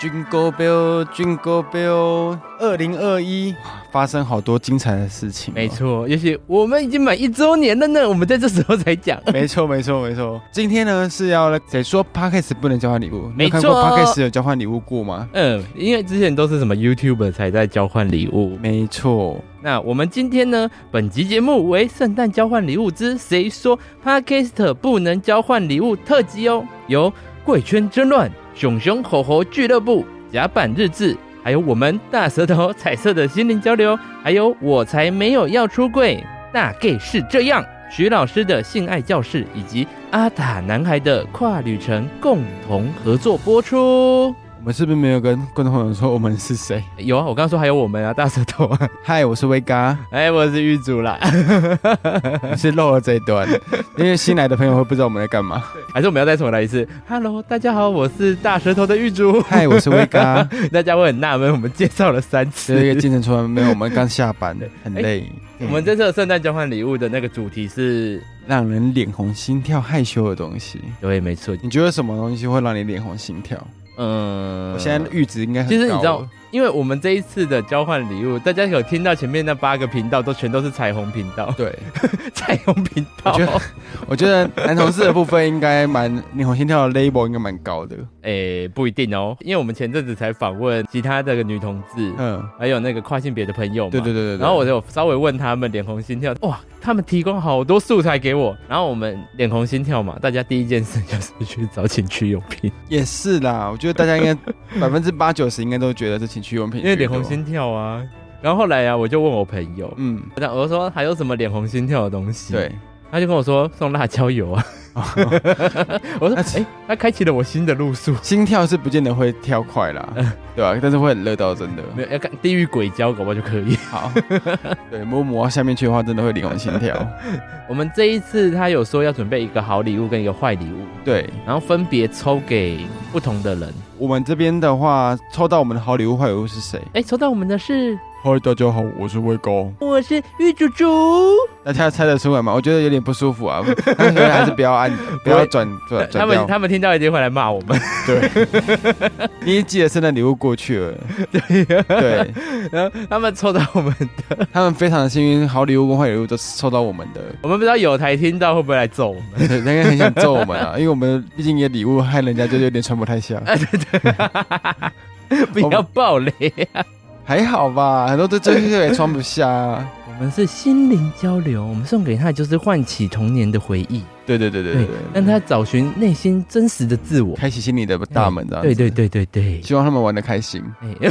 Jingle Bell Jingle Bell，二零二一发生好多精彩的事情哦、没错，也许我们已经满一周年了呢，我们在这时候才讲。没错，没错，没错。今天呢是要来谁说 podcast 不能交换礼物？你没有看错过 podcast 有交换礼物过吗？嗯，因为之前都是什么 YouTube 才在交换礼物，没错，那我们今天呢，本集节目为圣诞交换礼物之谁说 Podcast 不能交换礼物特辑哦，由贵圈争乱、熊熊吼吼俱乐部、甲板日志，还有我们大舌头彩色的心灵交流，还有我才没有要出柜，大概是这样。徐老师的性爱教室以及阿塔男孩的跨旅程共同合作播出。我们是不是没有跟观众朋友说我们是谁？有啊，我刚刚说还有我们啊，大舌头啊，嗨，我是威嘎，哎，我是玉竹啦。你是漏了这一 段，因为新来的朋友会不知道我们在干嘛。还是我们要再重来一次？Hello，大家好，我是大舌头的玉竹。 嗨，我是威嘎，大家会很纳闷，我们介绍了三这是一次个。精神出来没有？我们刚下班，很累。哎嗯我们这次的圣诞交换礼物的那个主题是，让人脸红、心跳、害羞的东西，对，没错，你觉得什么东西会让你脸红心跳？嗯，我现在阈值应该很其实你高知道了，因为我们这一次的交换礼物，大家有听到前面那八个频道都全都是彩虹频道， 对，彩虹频道我觉。得我觉得男同事的部分应该蛮脸红心跳的 label 应该蛮高的。 诶、不一定哦，因为我们前阵子才访问其他的女同志，嗯，还有那个跨性别的朋友嘛，对对对对对。然后我就稍微问他们脸红心跳，哇，他们提供好多素材给我。然后我们脸红心跳嘛，大家第一件事就是去找情趣用 品，也是啦，我觉得大家应该百分之八九十应该都觉得这情趣用品，因为脸红，心跳啊。然后后来啊，我就问我朋友，嗯，那我说还有什么脸红心跳的东西？，对，哦他就跟我说送辣椒油啊。 我说那哎、诶他开启了我新的路数。心跳是不见得会跳快啦，嗯对吧、但是会很热到 真的。没有要看地狱鬼椒，搞不好就可以。 好，对，摸摸下面去的话，真的会脸红心 跳。我们这一次他有说要准备一个好礼物跟一个坏礼物，对然后分别抽给不同的人。我们这边的话，抽到我们的好礼物坏礼物是谁？哎、抽到我们的是嗨，大家好，我是威高。我是玉竹竹，大家猜得出来吗？我觉得有点不舒服 啊，但是还是不要按，不要转转他转们掉。他们听到一定会来骂我们。你已经寄了圣诞礼物过去了，对，然后 他们抽到我们，他们非常的幸运，好礼物跟坏礼物都是抽到我们的，我们不知道有台听到会不会来揍 我们。对，人家很想揍我们 啊，因为我们毕竟也礼物害人家就有点穿不太下，不要暴雷，还好吧，很多这这些也穿不下、啊。我们是心灵交流，我们送给他就是唤起童年的回忆，对对对对对，对让他找寻内心真实的自我。开启心里的大门这样子。对对对对对，希望他们玩的开 心。哎，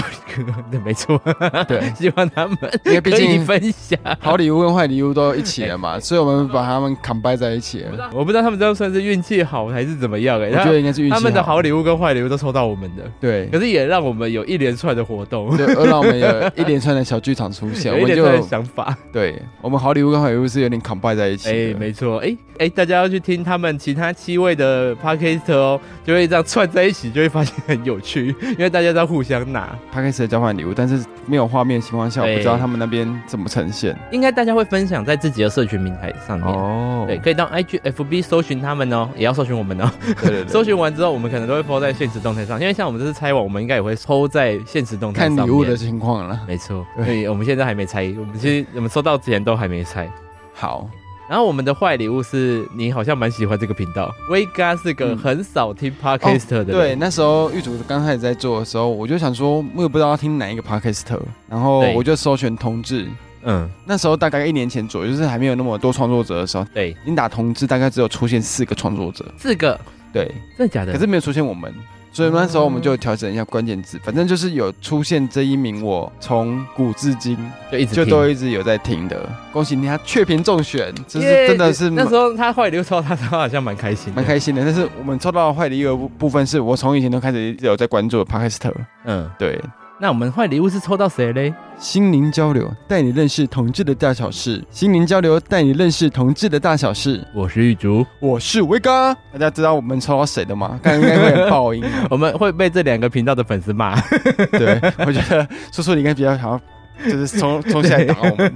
对，没 错，对希望他们因为毕可以竟分享。好礼物跟坏礼物都一起了嘛，所以我们把他们扛掰在一起了。我不知道他们这样算是运气好还是怎么样哎、我觉得应该是运气他们的好礼物跟坏礼物都抽到我们的， 对可是也让我们有一连串的活动，对，而让我们有一连串的小剧场出现，有我一们连串的就想法。对我们好礼物跟坏礼物是有点扛掰在一起哎、的。没错，哎、哎、大家要去听他们其他七位的 podcast 哦，就会这样串在一起，就会发现很有趣，因为大家在互相拿，他开始交换礼物，但是没有画面的情况下，我对不知道他们那边怎么呈现。应该大家会分享在自己的社群平台上面。哦对，可以到 IG、FB 搜寻他们哦，也要搜寻我们哦。对对搜对，寻完之后，我们可能都会 po 在现实动态上，因为像我们这次拆网，我们应该也会 po 在现实动态看上面。礼物的情况了。没错，对对，我们现在还没拆，我们其实我们收到之前都还没拆。好，然后我们的坏礼物是你好像蛮喜欢这个频道，威嘎是个嗯很少听 podcast 的人，对，那时候玉主刚开始在做的时候，我就想说，我也不知道要听哪一个 podcast，然后对我就搜寻同志。嗯，那时候大概一年前左右，就是还没有那么多创作者的时候，对，你打同志大概只有出现四个创作者，四个，对，真的假的？可是没有出现我们，所以那时候我们就调整一下关键哦字，反正就是有出现这一名，我从古至今就一直就听都一直有在听的。恭喜你，他确评中选，这是耶真的是那蛮时候他坏礼物抽到他，他好像蛮开心，蛮，开心的。但是我们抽到的坏礼物的部部分，是我从以前都开始一直有在关注的 Podcast，嗯，对，那我们坏礼物是抽到谁嘞？心灵交流带你认识同志的大小事，心灵交流带你认识同志的大小事。我是玉竹，我是威哥，大家知道我们抽到谁的吗？刚才应该会很爆音。啊 我们会被这两个频道的粉丝骂， 对，我觉得叔叔你应该比较想要就是冲冲下来打我们，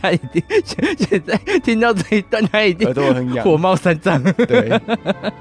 他一定现现在听到这一段，他一定耳朵 很痒。火冒三丈。 对，而且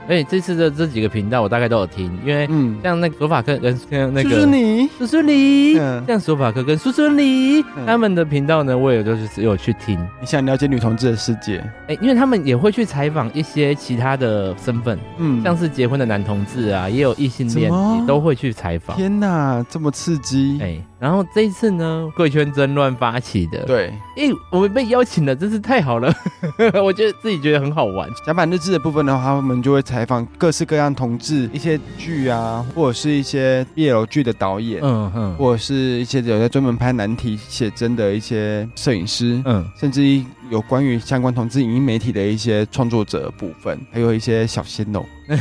哎这次的这几个频道我大概都有听，因为嗯，像那个索法克跟像那就个是你，苏苏里，嗯像索法克跟苏苏里嗯他们的频道呢，我也都是有去听。你想了解女同志的世界，哎，因为他们也会去采访一些其他的身份，嗯，像是结婚的男同志啊，也有异性恋，什么也都会去采访。天哪，这么刺激，哎，然后这一次呢，贵圈争乱发起的，，对，哎，我们被邀请了，真是太好了， 我觉得自己觉得很好玩。甲板日志的部分的话，他们就会采访各式各样同志一些剧啊，或者是一些 BL 剧的导演，嗯哼，或者是一些有在专门拍难题写真的一些摄影师，嗯，甚至于有关于相关同志影音媒体的一些创作者的部分，还有一些小鲜肉、 对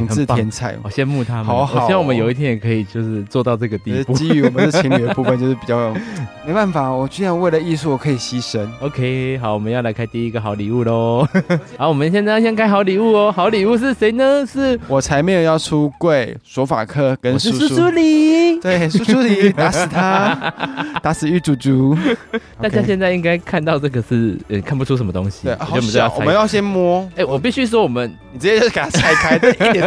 同志很棒天才。好羡慕他们，好好哦呃我希望我们有一天也可以就是做到这个就地是步。基于我们是情侣的部分，就是比 较没办法，我居然为了艺术我可以牺牲。 OK，好，我们要来开第一个好礼物喽。 好，我们现在要先开好礼物哦。好礼物是谁呢？是我才没有要出柜，索法克我跟是叔苏苏叔，林。对，叔叔你打死他， 打死玉竹竹。大家 OK 现在应该看到这个是呃看不出什么东西，对，啊好我觉得我们就要小，猜我们要先摸，哎、我必须说我们你直接就给它拆开，一 点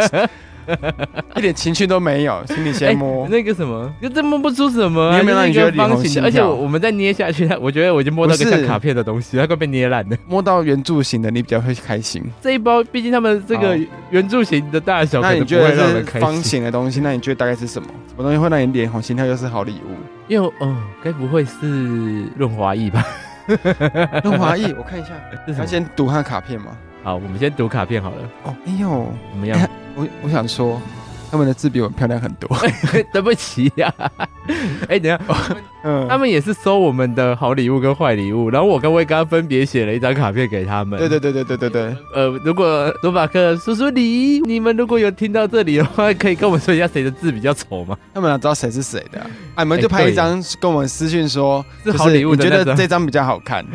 一点情趣都没有，请你先摸哎。那个什么，就真摸不出什么、啊，你有没有让你就是一个觉得脸红方形心的？而且跳我我们再捏下去，它我觉得我已经摸到一不个是像卡片的东西，它快被捏烂了。摸到圆柱形的，你比较会开心。 这一包，毕竟他们这个好圆柱形的大小，那可你能不觉会让得人是开方心。形的东西？那你觉得大概是什么？什么东西会让你脸红心跳又是好礼物？因为我哦，该不会是润滑液 吧？润滑液，我看一下。是要什么？先读他卡片吗？好，我们先读卡片好了，哦，哎呦，怎么样？ 我我想说，他们的字比我漂亮很多。对不起呀、 哎、等一下，嗯他们也是收我们的好礼物跟坏礼物，然后我跟威刚分别写了一张卡片给他们。对对对对对对对，呃，如果罗马克叔叔你，你们如果有听到这里的话，可以跟我们说一下谁的字比较丑吗？他们哪知道谁是谁的啊？啊，你们哎就拍一张跟我们私讯说，是就是好礼物你的觉那得张，这张比较好 看？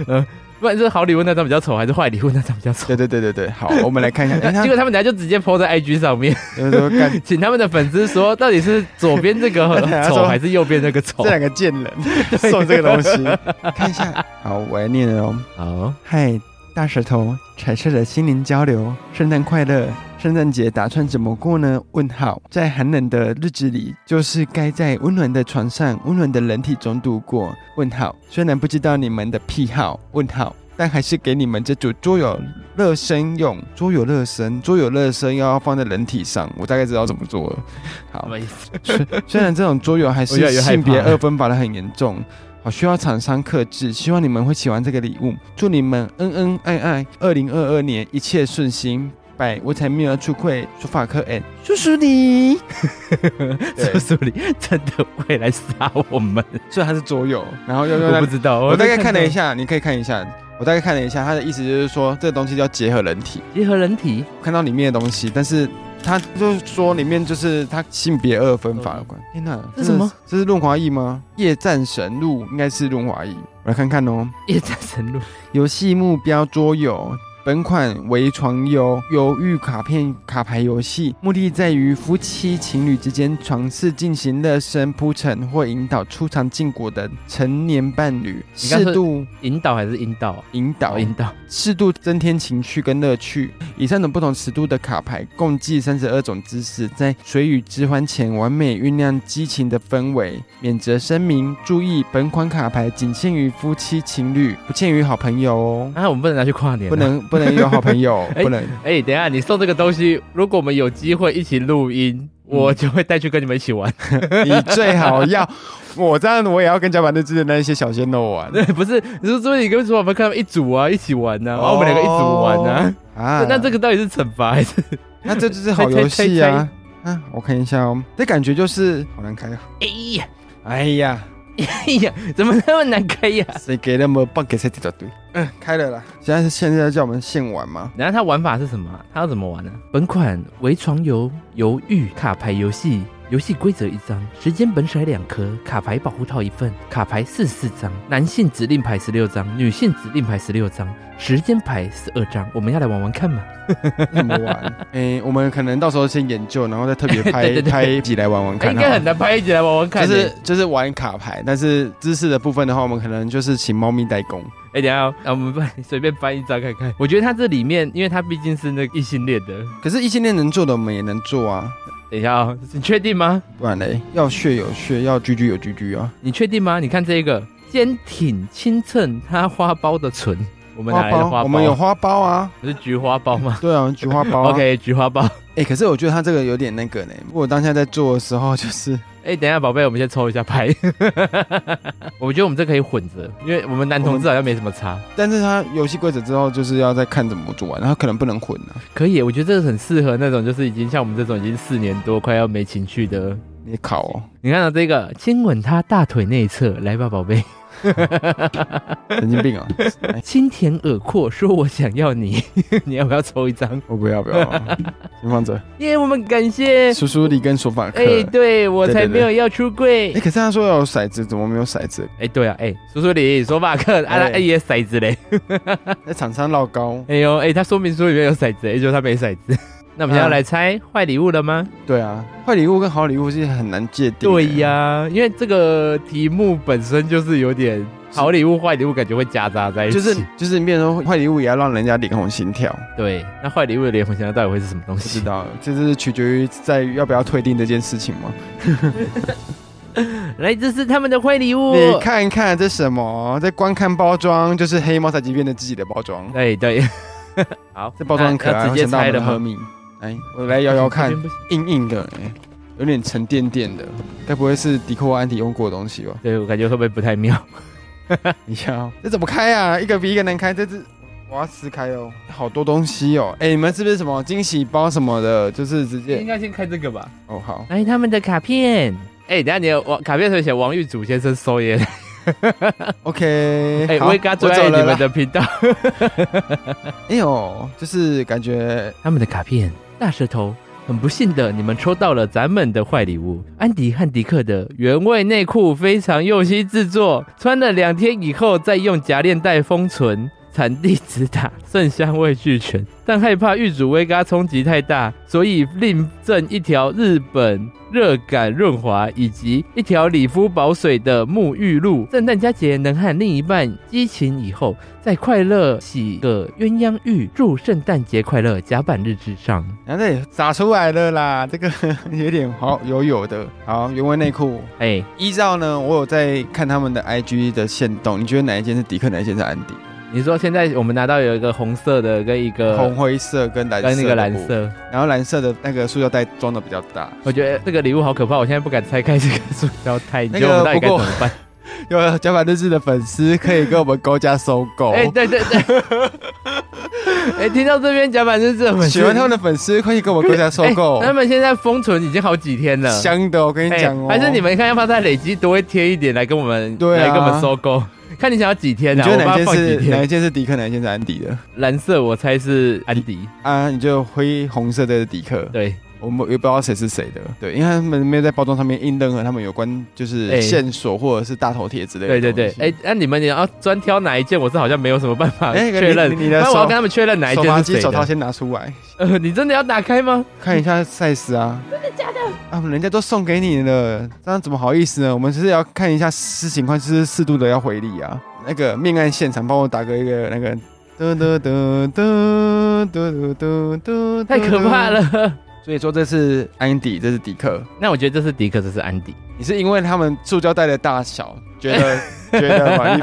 不然是好礼物那张比较丑，还是坏礼物那张比 较丑？对对对对对，好，我们来看一 下。哎，他结果他们等下就直接 po 在 IG 上面，有时候 干请他们的粉丝说，到底是左边这个他说丑还是右边那个丑 这？两个贱 人送这个东西，看一下。好，我来念了哦。好，嗨，大舌头，彩色的心灵交流，圣诞快乐！圣诞节打算怎么过呢？问号，在寒冷的日子里，就是该在温暖的床上、温暖的人体中度过。问号，虽然不知道你们的癖好，问号。但还是给你们这组桌游热身用，桌游热身，桌游热身要放在人体上，我大概知道怎么做了。好什，么意思？虽虽然这种桌游还我越来越是害怕性别了二分法的很严重，好需要厂商克制。希望你们会喜欢这个礼物，祝你们恩恩爱爱，二零二二年一切顺心。拜，我才没有出柜，说法克 and 叔叔你。对 叔，叔你真的会来杀我们？虽然它是桌游，然后又用我在不知道， 我大概看到了一，下，你可以看一下，我大概看了一下，它的意思就是说这个东西要结合人体，结合人体，看到里面的东西，但是他就是说里面就是他性别二分法有关。天哪，嗯这是什么？这是润滑液吗？夜战神路应该是润滑液，我来看看哦。夜战神路，游戏目标桌游。本款为床游犹豫卡片卡牌游戏，目的在于夫妻情侣之间床事进行热身铺陈，或引导出场禁果的成年伴侣，你刚适说度引导还是阴道？引导引导，适度增添情趣跟乐趣。以上种不同尺度的卡牌，共计三十二种姿势，在水与之欢前完美酝酿激情的氛围。免责声明：注意，本款卡牌仅限于夫妻情侣，不限于好朋友哦，啊，我们不能拿去跨年啊，，不能不能有好朋友 哎不能。哎、等一下，你送这个东西，如果我们有机会一起录音，我就会带去跟你们一起玩。 你最好要我这样，我也要跟甲板日志的那一些小鲜肉 玩不是，你说所以你跟说我们看他们一组啊，一起玩呐、啊，然后我们两个一组玩呐、啊。啊那这个到底是惩罚还是？ 那这就是好游戏啊！啊，我看一下哦，这感觉就是好难开啊！哎呀，哎呀。哎呀，怎么那么难开呀、 谁给那么棒给谁这条队？嗯，开了啦。现在是现在叫我们现玩 吗？然后啊它玩法是什么啊、它要怎么玩呢、本款为床游犹豫卡牌游戏，游戏规则一张，时间本骰两颗，卡牌保护套一份，卡牌四十四张，男性指令牌十六张，女性指令牌十六张，时间牌十二张。我们要来玩玩看嘛？怎么玩？诶、我们可能到时候先研究，然后再特别拍 对对对拍一集来玩玩看。应该很好难拍一集来玩玩不好看、就是就是玩卡牌，但是知识的部分的话，我们可能就是请猫咪代工。哎、等一下、哦，啊，我们翻随便翻一张看看。我觉得它这里面，因为它毕竟是那个异性恋的。可是异性恋能做的，我们也能做啊。等一下哦，你确定吗？不然嘞，要血有血，要居居有居居啊。你确定吗？你看这个坚挺清称它花苞的唇，我们哪来的花苞？我们有花苞啊。不是菊花苞吗、对啊，菊花苞、 啊。 o k 菊花苞。哎、可是我觉得他这个有点那个呢。如果当下在做的时候，就是哎、等一下，宝贝，我们先抽一下 牌。我觉得我们这可以混着，因为我们男同志好像没什么差。但是他游戏规则之后，就是要再看怎么做完，然后可能不能混啊。可以，我觉得这个很适合那种就是已经像我们这种已经四年多快要没情趣的。你考哦，你看到这个，亲吻他大腿内侧，来吧，宝 贝，神经病啊！哎轻舔耳廓，说我想要你， 你要不要抽一张？ 我不要不要，先放着。耶、我们感谢，叔叔里跟索法克。哎、哎、对我对才对对没有要出柜。可是他说要有骰子，怎么没有骰子？ 哎、对啊，哎、叔叔你说马克，啊，哎他也骰子嘞。在场上绕高。哎呦，哎、他说明书里面有骰子，哎、就他没骰子。 啊那我们现在来猜坏礼物了吗？对啊，坏礼物跟好礼物是很难界定。对、呀、因为这个题目本身就是有点好礼物、坏礼物，感觉会夹杂在一起。就是就是，变成说坏礼物也要让人家脸红心跳。对，那坏礼物的联想到到底会是什么东不知西？道，这是取决于在于要不要退订这件事情吗？来，这是他们的坏礼物。你看看这什么，在观看包装，就是黑猫宅急便的自己的包装，哎，对， 好，这包装很可那爱，要直接我想到我猜们的了吗喝？蜜。来，我来摇摇看这，边不行硬硬的、哎有点沉甸甸的，该不会是迪克或安迪用过的东西吧？对，我感觉会不会不太 妙？你瞧，这怎么开啊？一个比一个难开，这只我要撕开哦，好多东西哦。 哎、你们是不是什么惊喜包什么的？就是直接该先开这个吧。哦，好，来，哎他们的卡片。哎、等一下你的王卡片上面写王玉祖先生收耶。 OK， 哎、好我也刚最我爱走你了们啦。的频道。哎呦，就是感觉他们的卡片，大舌头，很不幸的，你们抽到了咱们的坏礼物——安迪和迪克的原味内裤，非常用心制作，穿了两天以后再用夹链带封存。产地直打，圣香味俱全，但害怕玉主威嘎冲击太大，所以另赠一条日本热感润滑以及一条理肤保水的沐浴露。圣诞佳节能和另一半激情以后，在快乐洗个鸳鸯浴，祝圣诞节快乐，甲板日志上。然后哎这里洒出来了啦，这个有点好油油的。好，原味内裤。哎、依照呢，我有在看他们的 IG 的线动，你觉得哪一件是迪克，哪一件是安迪？你说现在我们拿到有一个红色的跟一个红灰色跟蓝色，呃跟那个蓝，色，然后蓝色的那个塑料袋装的比较大，我觉得这个礼物好可怕，我现在不敢拆开这个塑料袋，你那个觉得我们到底该不过怎么办？有甲板日志的粉丝可以跟我们高价收购。哎、对对对， 哎、听到这边甲板日志的粉丝，喜欢他们的粉丝可以跟我们高价收购哎，他们现在封存已经好几天了。 香的，我跟你哎讲哦。还是你们看要不要再累积多贴一点来跟我们，对啊来跟我们收购，看你想要几天你啊？觉得我哪帮一他件放几是天哪一件是迪克，哪一件是安迪的？蓝色我猜是安迪，啊，你就灰红色的是迪 克，对，我们也不知道谁是谁的。对，因为他们没有在包装上面印任何他们有关就哎是线索或者是大头贴之类的。对对对，哎，，那、你们你要专挑哪一件？我是好像没有什么办法 哎确认你，你你的那我要手跟他们确认哪一手件扒是鸡谁手套的。先拿出来， 呃，你真的要打开吗？看一下 size 啊。真的假的？啊，人家都送给你了，这样怎么好意思呢？我们就是要看一下实情况，就是适度的要回礼啊。那个命案现场，帮我打个一个那个。得得得得得得得，太可怕！嗯了。所以说这是安迪，这是迪克， 那我觉得这是迪克，这是安迪。你是因为他们塑胶袋的大小，觉得觉得嘛，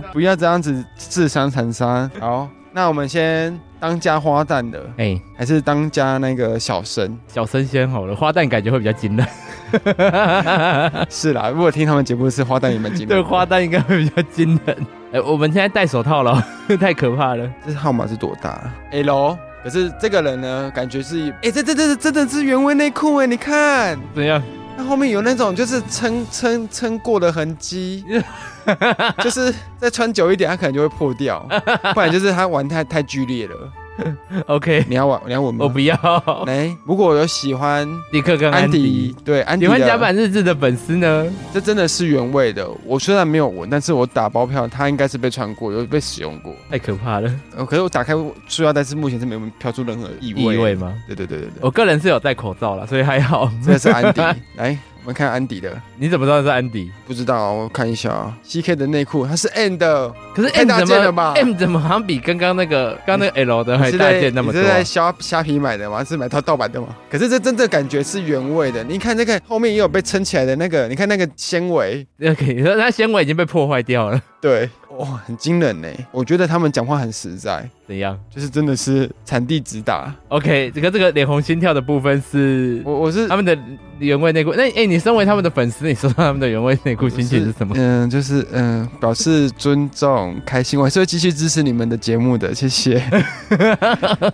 你不要这样子自相残杀。好，那我们先当家花旦的， 哎，还是当家那个小生？小生先好了，花旦感觉会比较 惊人。是啦，如果听他们节目是花旦，你们经对，花旦应该会比较惊人。哎，我们现在戴手套了， 太可怕了。这号码是多大？L。可是这个人呢，感觉是，哎、这这这这真的是原味内裤哎，你看，怎样？它后面有那种就是撑撑撑过的痕 迹，就是再穿久一点，它可能就会破掉，不然就是它玩太太剧烈了。 OK，你要我，你要我我吗？不要。来，如果有喜欢立刻跟安安迪，迪。对安迪啊喜欢甲的，板日志的粉丝呢？这真的是原味的。我虽然没有闻，但是我打包票，它应该是被穿过，有被使用过。太可怕了，呃可是我打开塑料袋是目前是没有飘出任何异异味。味？哦吗？对对对对对，我个人是有戴口罩了，所以还好。这个是安 迪。来，我们看安迪的，你怎么知道是安迪？不知道我看一下啊。C K 的内裤，它是 N 的，可是太 M 大怎件了么吧？ M 怎么好像比刚刚那个刚刚那个 L 的还你是大在件那么你多是啊？在虾虾皮买的吗？是买到盗版的吗？可是这真的感觉是原味的。你看那个后面也有被撑起来的那个，你看那个纤维， OK，你说那纤维已经被破坏掉了，对，哇、很惊人呢。我觉得他们讲话很实在，怎样就是真的是产地直达。 ？OK，这个这个脸红心跳的部分是我我是他们的原味内裤。那哎、你身为他们的粉丝，你收到他们的原味内裤心情是什么？嗯、就是嗯、表示尊重、开心，我还是会继续支持你们的节目的，谢 谢。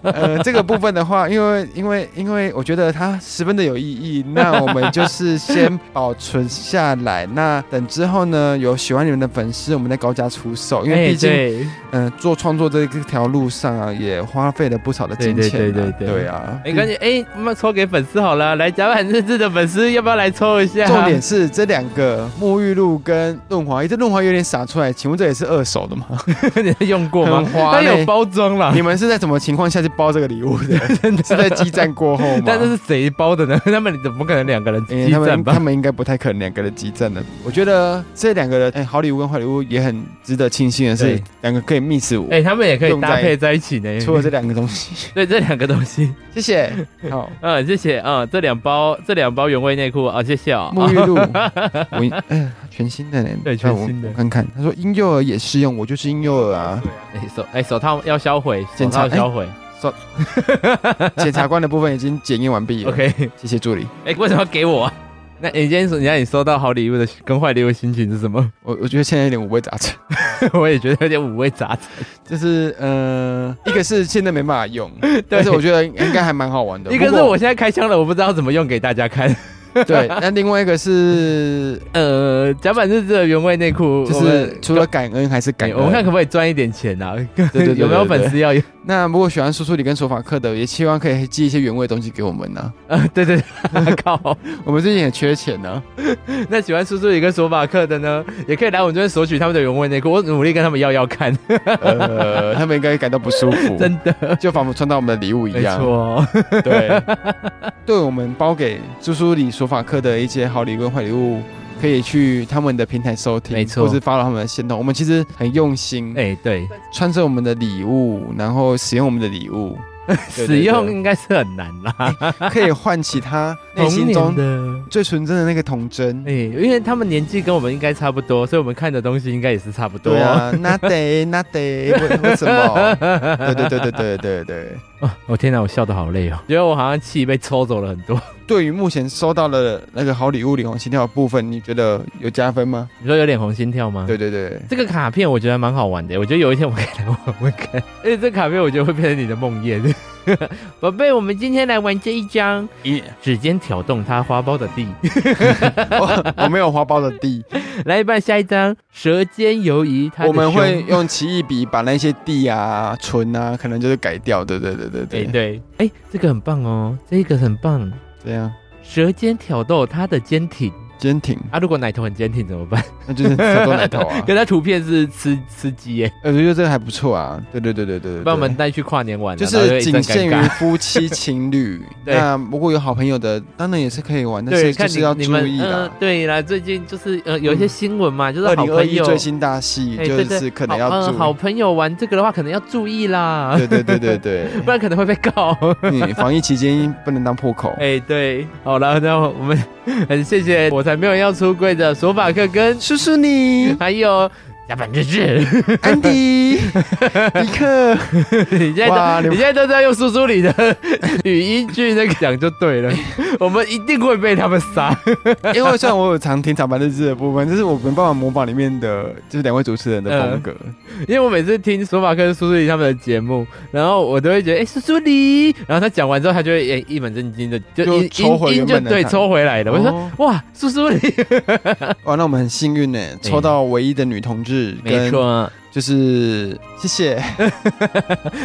呃，这个部分的话，因为因为因为我觉得它十分的有意义，那我们就是先保存下来，那等之后呢，有喜欢你们的粉丝，我们再高价出售，因为哎毕竟对嗯、做创作这条路上啊，也花费了不少的金对对钱、啊，对对对啊，没关系，哎，那、抽给粉丝好了，来甲板日志的粉丝要不要来抽一下？重点是这两个沐浴露跟润滑液，这润滑液有点洒出来，请问这也是二手的吗？ 你用过吗很？滑它嘞有包装啦，你们是在什么情况下去包这个礼物的？啊 真的啊是在激战过后吗？ 但这是谁包的呢？ 他们怎么可能两个人哎激他战们吧他？们应该不太可能两个人激战的。我觉得这两个人，哎、好礼物跟坏礼物也很值得庆幸的是对，两个可以 miss 我。哎、他们也可以用在搭配在一起呢。除了这两个东西， 对这两个东西， 谢谢。好，嗯，谢谢，嗯，这两包这两包原味内裤啊、谢谢哦。沐浴 露，我嗯、全新的呢，对全新的我我看看，他说婴幼儿也适用，我就是婴幼儿 啊。哎手哎手套要销毁，手检套查销毁。检察官的部分已经检验完毕了。 OK， 谢谢助理。哎、为什么要给我、啊？ 那你今天说，你让你收到好礼物的跟坏礼物心情是什么？ 我我觉得现在有点五味杂陈，我也觉得有点五味杂陈。就是呃，一个是现在没办法 用，但是我觉得应该还蛮好玩的。一个不是过我现在开枪了，我不知道怎么用给大家看。对，那另外一个是 呃，甲板日志的原味内裤，就我们是除了感恩还是感哎我们看恩。可不可以赚一点钱啊？ 对对对有没有对对粉丝要有？那如果喜欢叔叔里跟手法课的，也希望可以寄一些原味的东西给我们 呢。呃，对对对， 靠！我们最近也缺钱 呢。那喜欢叔叔里跟索马克的呢，也可以来我们这边索取他们的原味内裤，我努力跟他们要要看，呃，他们应该感到不舒服，真的。就仿佛穿到我们的礼物一没样。错，对，对我们包给朱苏里索法克的一些好礼物跟坏礼物，可以去他们的平台收听，没错或是发到他们的行动。我们其实很用心， 哎、对，穿着我们的礼物，然后使用我们的礼 物，对使用应该是很难啦，可以唤起他内 童心年中的。最纯真的那个童真哎、。因为他们年纪跟我们应该差不多，所以我们看的东西应该也是差不多。对啊， 那得那得，为为什 么？对对对对对对对。啊我、天哪，我笑得好累哦，觉得我好像气被抽走了很多。对于目前收到的那个好礼物、礼红心跳的部分，你觉得有加分吗？ 你说有点红心跳吗？对对对，这个卡片我觉得蛮好玩的，我觉得有一天我可以来玩玩看。 而哎且这卡片我觉得会变成你的梦魇。 宝贝，我们今天来玩这一张，指尖挑动它花苞的地。 哦我我没有花苞的地，来一半，下一张，舌尖游移它的我们胸哎会。用奇异笔把那些地啊、唇啊，可能就是改掉。对对对对哎、对，对，哎、这个很棒哦，这个很棒。这样舌尖挑逗它的坚挺坚挺，啊，如果奶头很坚挺怎么 办？那就是小豆奶头 啊。呃可它图片是吃吃鸡耶，我觉得这个还不错啊。对对对对对对，把我们带去跨年玩啊，就然后会是一仅阵限尴于尬夫妻情侣。 对那如果有好朋友的，当然也是可以玩，但对，是看就是你要你注们意嗯、啦。对啦，最近就是呃有一些新闻嘛，就是二好零二朋一友最新大戏哎就对是对可能好要嗯注好意。朋友玩这个的话，可能要注意啦， 对对对对对， 不然可能会被告。嗯，防疫期间不能当破口。 哎、对，好了，那我们 很谢谢我才没有要出柜的索法克跟叔叔 你，还有甲板日志，安迪，迪克， 你现在哇都你你们现在都在用叔叔里的语音去那个讲就 对了，我们一定会被他们杀。因为虽然我有常听长白日志的部分，但是我没办法模仿里面的，就是两位主持人的风格。因为我每次听索马克跟苏苏里他们的节目，然后我都会觉得，哎、苏苏里，然后他讲完之后，他就会哎一本正经的就就音抽回音原音就本的对他抽回来了。我就说，哦哇，苏苏里，欸哇，那我们很幸运呢，抽到唯一的女同志嗯没跟错，就是谢谢。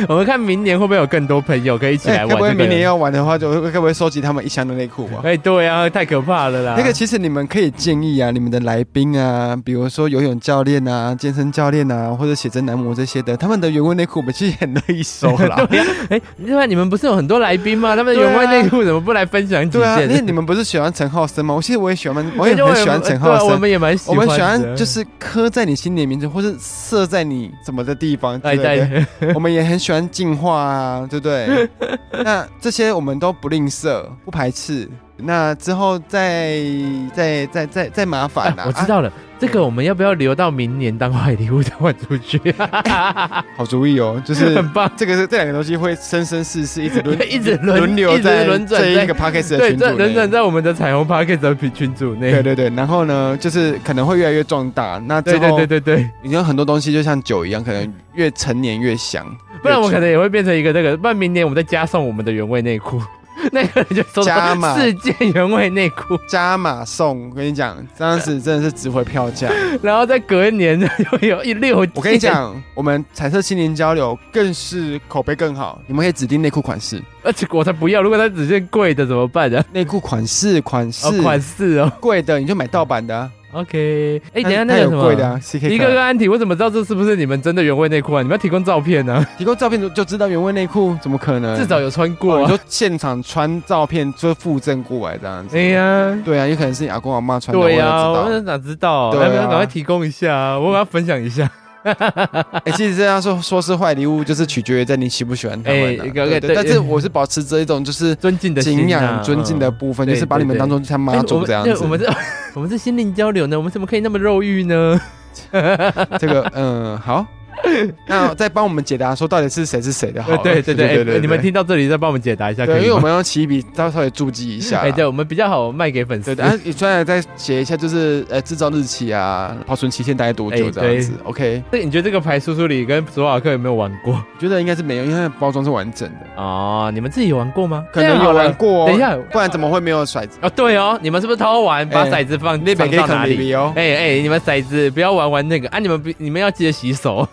我们看明年会不会有更多朋友可以一起来哎玩、该这不 个会明年要玩的话，就会该不会收集他们一箱的内裤吧？哎、对 啊，太可怕了啦！ 啊那个其实你们可以建议啊，你们的来宾啊，比如说游泳教练啊、健身教练啊，或者写真男模这些的，他们的原味内裤我们其实很乐意收 啦。对呀、啊，哎、另外你们不是有很多来宾吗？他们对啊原味内裤怎么不来分享几对啊，件？因为你 们不是喜欢陈浩森吗？我其实我也喜欢，我也对就很喜欢陈浩对啊我森。们也蛮喜我欢的，们喜欢就是刻在你心里的名字，或是射在你什么的地方，对哎不对？对，我们也很喜欢进化啊，对不 对？那这些我们都不吝啬，不排斥。那之后再再再再再麻烦啊啦、哎我知道了，这个我们要不要留到明年当坏礼物再换出去？啊好主意哦， 就是很棒。这个是这两个东西会生生世世一直轮一直轮轮流 一在直轮转这在一个 p a c k a g e 的对，群这组人转内。在我们的彩虹 p a r k e t 的群群组内。对对对，然后呢，就是可能会越来越壮大。那之对对后，对对对，你有很多东西就像酒一样，可能越陈年越香。不然我可越能也会变成一个那个，不然明年我们再加送我们的原味内裤，那个人就收加到 码四件原味内裤，加码送，我跟你讲，这样子真的是值回票 价。然后再隔一年就有一六件。我跟你，讲，我们彩色心灵交流更是口碑更好，你们可以指定内裤款式，而且我才不要，如果它只是贵的怎么办呢？内裤款式款式、哦，款式哦贵的你就买盗版的、啊， ，OK。哎，但等一是下那它个有什么，贵的啊，CK 一个个安体，我怎么知道这是不是你们真的原味内裤啊？你们要提供照片呢、啊，提供照片就就知道原味内裤，怎么可能？至少有穿哦过、你啊。说现场穿照片就附赠过来这样子。哎呀，对啊，有可能是你阿公阿妈穿的，对呀、我我也知道。哪知道？对啊要不要赶快提供一下啊？我要分享 一下。哎、其实这样说说是坏礼物，就是取决于在你喜不喜欢他们、啊。哎对对对对但是我是保持着一种就是尊敬的心、啊、敬仰、尊敬的部分，对就是把你们对对当做像嗯妈祖这样哎子。我们这 我们这心灵交流呢，我们怎么可以那么肉欲呢？这个嗯好， 那再帮我们解答说到底是谁是谁的好了。 对对对，哎你们听到这里再帮我们解答一下，可对，因以为我吗？们用起笔稍稍微注记一下啦。哎，对，我们比较好卖给粉丝对，。然后你出来再写一下，就是呃制造日期啊，保存期限大概多久哎这样子。OK，这 你觉得这个牌叔叔里跟索瓦克有没有玩过？我觉得应该是没有，因为它的包装是完整的，哦，你们自己有玩过吗？可能有玩过、哦。啊这样好了。等一，下，不然怎么会没有骰子？哦，对哦，你们是不是偷玩，把哎骰子放那边放给到啃哪里？里哦。哎哎，你们骰子不要玩玩那个啊！你们不，你们要记得洗手，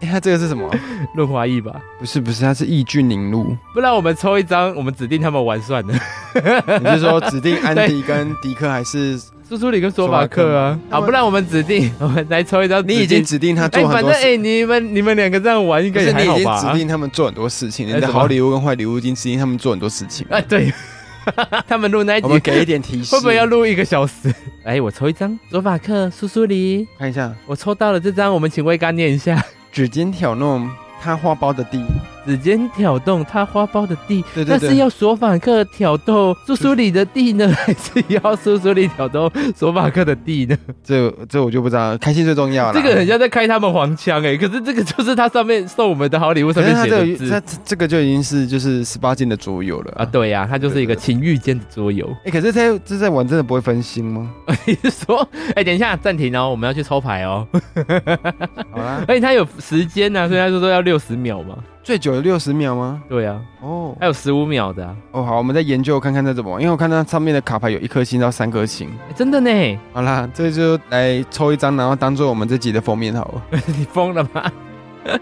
哎，它这个是什么？润滑液吧。不是不是，它是抑菌凝露。不然我们抽一张，我们指定他们玩算了。 你是说指定安迪跟迪克还是苏苏里跟索马克啊，索马克好，不然我们指定， 我们来抽一张指你定。已经指定他哎，做很反正多事？哎，你们你们两个这样玩应可该也是你还已好经吧？指定他们做很多事情，哎你怎的么好礼物跟坏礼物已经指定他们做很多事情。啊，对， 他们录那一集我们给一 点提示，哎会不会要录一个小时？ 哎，我抽一张索马克苏苏里，看一下我抽到了这张，我们请威哥念一下。指尖挑弄他花苞的地？指尖挑动他花苞的地，对对那对是要索马克挑动苏苏里的地呢， 还是要苏苏里挑动索马克的地呢？这这我就不知道，开心最重要了。这个很像在开他们黄腔哎、可是这个就是他上面送我们的好礼物上可面是哎他写这的个字他这个就已经是就是十八禁的桌游了啊，。对呀、他就是一个对对情欲间的桌游。 哎，可是他这在玩真的不会分心吗？你是说，哎、等一下暂停哦，我们要去抽牌哦， 好啦，而且他有时间啊呢、所以他就说要六十秒嘛。最久有六十秒吗？对啊，哦还有十五秒的、啊哦，好，我们再研究看看这怎么玩，因为我看到上面的卡牌有一颗星到三颗星。哎真的呢， 好啦，这就来抽一张，然后当做我们这集的封面好 了。你疯了吗？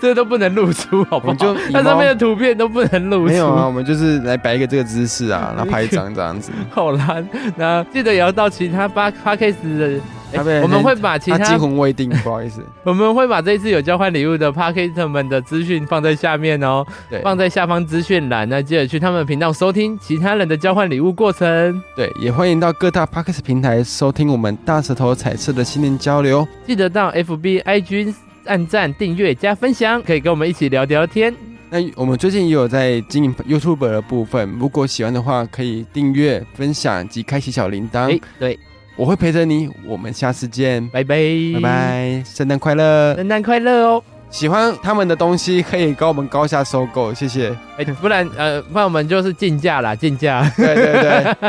这都不能露出，好不我好们？ 就以它上猫面的图片都不能露出，没有啊，我们就是来摆一个这个姿势 啊，然后拍一张这样子。好啦，那记得也要到其他八 p a c a s t 的，哎他被我们会把其他惊他魂未定， 不好意思。我们会把这一次有交换礼物的 p a c k e t 们的资讯放在下面哦，对放在下方资讯栏。那记得去他们的频道收听其他人的交换礼物过程，对，也欢迎到各大 p o d c a s t 平台收听我们大舌头彩色的心灵交流。记得到 FB、IG 按赞、订阅、加分享，可以跟我们一起聊聊天。那我们最近也有在经营 YouTube 的部分，如果喜欢的话，可以订阅、分享及开启小铃铛。哎、对，我会陪着你，我们下次见，拜拜，拜，拜，圣诞快乐！圣诞快乐哦！喜欢他们的东西可以跟我们高价收购，谢谢。哎、不然呃，不然我们就是竞价啦，竞价。对对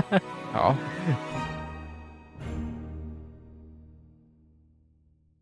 对，好。